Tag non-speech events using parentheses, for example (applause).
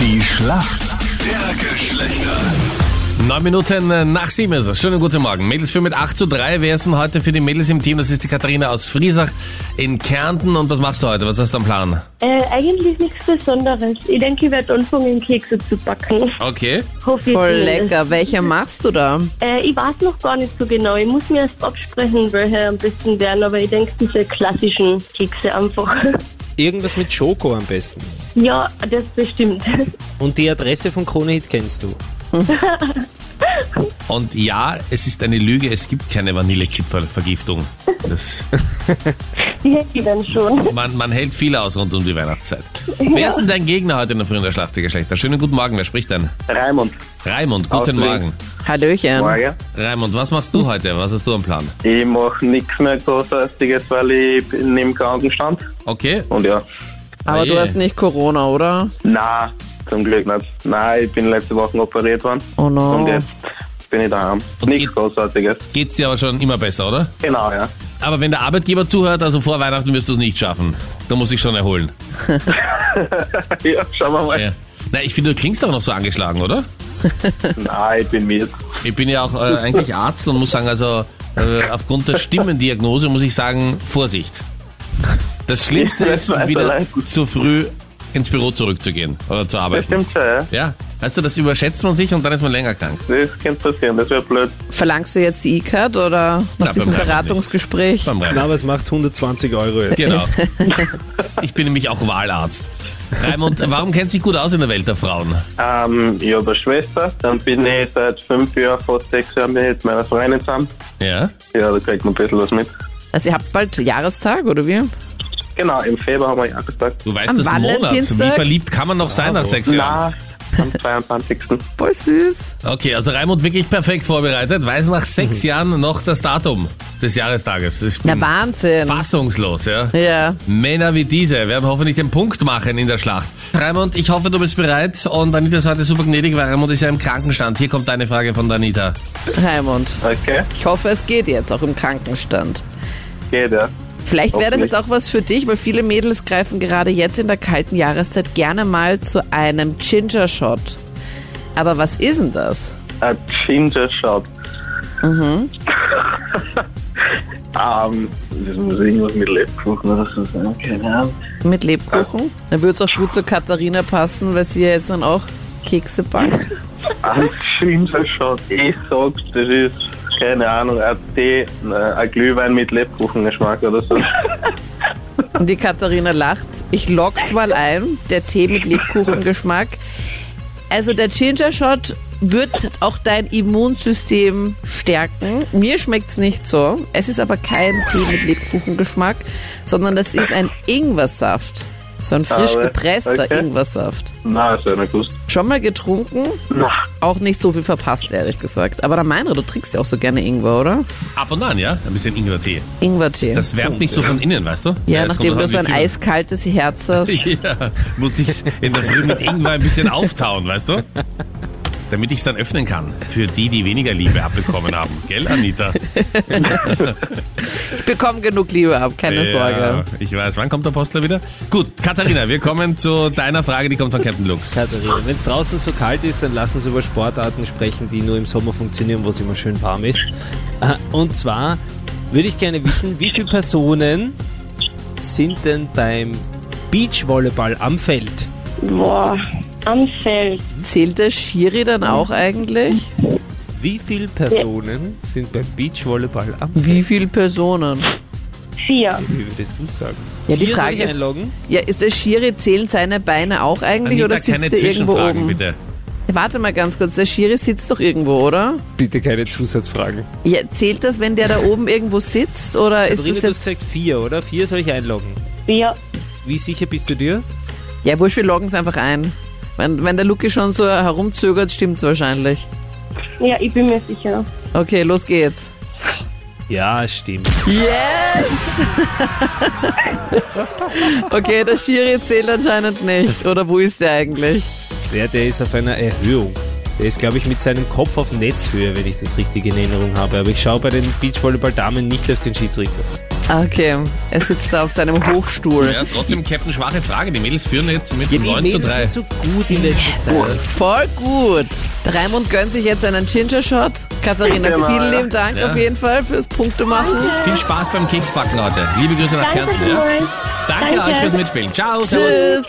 Die Schlacht der Geschlechter. Neun Minuten äh, nach sieben ist es. Schönen guten Morgen. Mädels für mit 8 zu 3. Wer ist denn heute für die Mädels im Team? Das ist die Katharina aus Friesach in Kärnten. Und was machst du heute? Was hast du am Plan? Äh, eigentlich nichts Besonderes. Ich denke, ich werde anfangen, Kekse zu backen. (laughs) Okay. Hoffe ich Voll zumindest. lecker. Welcher machst du da? Äh, ich weiß noch gar nicht so genau. Ich muss mir erst absprechen, welche am besten wären, aber ich denke, diese klassischen Kekse einfach. (laughs) Irgendwas mit Schoko am besten. ja, das bestimmt. (laughs) Und die Adresse von Krone Hit kennst du. Und ja, es ist eine Lüge. Es gibt keine Vanillekipferlvergiftung. Das, Die hätte ich dann schon. man, man hält viel aus rund um die Weihnachtszeit. Wer ist denn dein Gegner heute in der frühen der Schlacht der Geschlechter? Schönen guten Morgen. Wer spricht denn? Raimund. Raimund, guten Aus Morgen. Hallöchen. Morgen. Raimund, was machst du heute? Was hast du am Plan? Ich mache nichts mehr Großartiges, weil ich bin im Krankenstand. Okay. Und ja, Aber Oje. du hast nicht Corona, oder? na, zum Glück nicht. Nein, ich bin letzte Woche operiert worden. Oh no. Und jetzt bin ich daheim. Nichts geht- Großartiges. Geht's dir aber schon immer besser, oder? Genau, ja. (laughs) Aber wenn der Arbeitgeber zuhört, also vor Weihnachten wirst du es nicht schaffen. Da muss ich schon erholen. ja, schauen wir mal. Ja. Na, ich finde, du klingst doch noch so angeschlagen, oder? Nein, ich bin müde. Ich bin ja auch äh, eigentlich Arzt und muss sagen, also äh, aufgrund der Stimmendiagnose muss ich sagen, Vorsicht. Das Schlimmste Ja, ist, das weiß wieder allein. zu früh ins Büro zurückzugehen oder zu Das arbeiten. stimmt schon, ja. Ja, weißt du, das überschätzt man sich und dann ist man länger krank. Das könnte passieren, das wäre blöd. Verlangst du jetzt die E-Card oder nach Na, halt diesem beim Raimund Beratungsgespräch? Beim Rennen. Na, aber es macht 120 Euro jetzt. Genau. Ich bin nämlich auch Wahlarzt. Raimund, warum kennst du dich gut aus in der Welt der Frauen? Ähm, ich habe eine Schwester, dann bin ich seit fünf Jahren, fast sechs Jahren mit meiner Freundin zusammen. Ja? Ja, da kriegt man ein bisschen was mit. Also ihr habt bald Jahrestag, oder wie? Genau, im Februar haben wir Jahrestag. Du weißt Am das Monat. Wie Valentinstag? verliebt kann man noch sein nach sechs Jahren? (laughs) Na, am 22. Voll süß. Okay, also Raimund wirklich perfekt vorbereitet, weiß nach sechs Jahren noch das Datum des Jahrestages. Ich Na bin Wahnsinn. fassungslos, ja. Ja. Männer wie diese werden hoffentlich den Punkt machen in der Schlacht. Raimund, ich hoffe, du bist bereit und Anita ist heute super gnädig, weil Raimund ist ja im Krankenstand. Hier kommt deine Frage von der Anita. Raimund. Okay, Ich hoffe, es geht jetzt auch im Krankenstand. geht ja. Vielleicht wäre das Hoffentlich. jetzt auch was für dich, weil viele Mädels greifen gerade jetzt in der kalten Jahreszeit gerne mal zu einem Ginger Shot. Aber was ist denn das? Ein Ginger Shot. Mhm. (laughs) ähm, das muss irgendwas mit Lebkuchen oder so sein, keine Ahnung. Mit Lebkuchen? Dann würde es auch gut zu Katharina passen, weil sie ja jetzt dann auch Kekse backt. Ein Ginger Shot, ich sag's, das ist, keine Ahnung, ein Tee, äh, ein Glühwein mit Lebkuchengeschmack oder so. (laughs) Und die Katharina lacht. Ich lock's mal ein. Der Tee mit Lebkuchengeschmack. Also der Ginger Shot wird auch dein Immunsystem stärken. Mir schmeckt's nicht so. Es ist aber kein Tee mit Lebkuchengeschmack, sondern das ist ein Ingwersaft. So ein frisch Aber- gepresster Ah, okay. Ingwersaft. Nein, das wäre nicht gewusst. Schon mal getrunken, Na, auch nicht so viel verpasst, ehrlich gesagt. Aber der Meinrad, du trinkst ja auch so gerne Ingwer, oder? Ab und an, ja? Ein bisschen Ingwer-Tee. Ingwertee. Das wärmt mich so von innen, weißt du? ja, es nachdem kommt du drauf so an, ein wie viel- eiskaltes Herz (laughs) hast. Ja, muss ich in der Früh mit Ingwer ein bisschen auftauen, weißt du? Damit ich es dann öffnen kann. Für die, die weniger Liebe abbekommen haben. Gell, Anita? Ich bekomme genug Liebe ab, keine Sorge. Ja, ich weiß, wann kommt der Postler wieder? Gut, Katharina, wir kommen zu deiner Frage, die kommt von Captain Luke. Katharina, wenn es draußen so kalt ist, dann lass uns über Sportarten sprechen, die nur im Sommer funktionieren, wo es immer schön warm ist. Äh, Und zwar würde ich gerne wissen, wie viele Personen sind denn beim Beachvolleyball am Feld? Boah, am Feld. Zählt der Schiri dann auch eigentlich? Wie viele Personen sind beim Beachvolleyball am Feld? Wie viele Personen? Vier. Wie würdest du sagen? Ja, die Vier Frage soll ich ist- einloggen? Ja, ist der Schiri, zählen seine Beine auch eigentlich Anita, oder keine sitzt er irgendwo Zwischenfragen, oben? bitte. Warte mal ganz kurz, der Schiri sitzt doch irgendwo, oder? Bitte keine Zusatzfragen. Ja, zählt das, wenn der da oben irgendwo sitzt oder ist Katharina, das du hast jetzt... gesagt vier, oder? Vier soll ich einloggen. Vier. Wie sicher bist du dir? Ja, wurscht, wir loggen es einfach ein. Wenn, wenn der Luki schon so herumzögert, stimmt's wahrscheinlich. Ja, ich bin mir sicher. Okay, los geht's. Ja, stimmt. Yes! (laughs) okay, der Schiri zählt anscheinend nicht. Oder wo ist der eigentlich? Der, der ist auf einer Erhöhung. Der ist, glaube ich, mit seinem Kopf auf Netzhöhe, wenn ich das richtig in Erinnerung habe. Aber ich schaue bei den Beachvolleyball-Damen nicht auf den Schiedsrichter. Okay, er sitzt da auf seinem Hochstuhl. Ja, trotzdem, Captain, schwache Frage. Die Mädels führen jetzt mit Ja, die 9 zu Mädels 3. sind so gut in letzter Zeit. Voll gut. Der Raimund gönnt sich jetzt einen Ginger-Shot. Katharina, Genau, vielen ja. lieben Dank Ja. auf jeden Fall fürs Punkte machen. Viel Spaß beim Keksbacken heute. Liebe Grüße nach Danke Kärnten. Ja. vielmals. Danke, Danke. euch fürs Mitspielen. Ciao. servus. Tschüss.